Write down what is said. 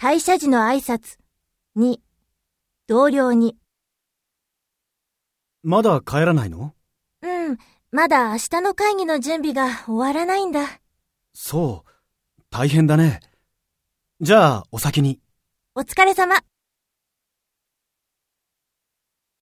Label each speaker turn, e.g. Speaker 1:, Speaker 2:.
Speaker 1: 退社時の挨拶。2、同僚に。
Speaker 2: まだ帰らないの
Speaker 1: うん、まだ明日の会議の準備が終わらないんだ。
Speaker 2: そう。大変だね。じゃあ、お先に。
Speaker 1: お疲れ様。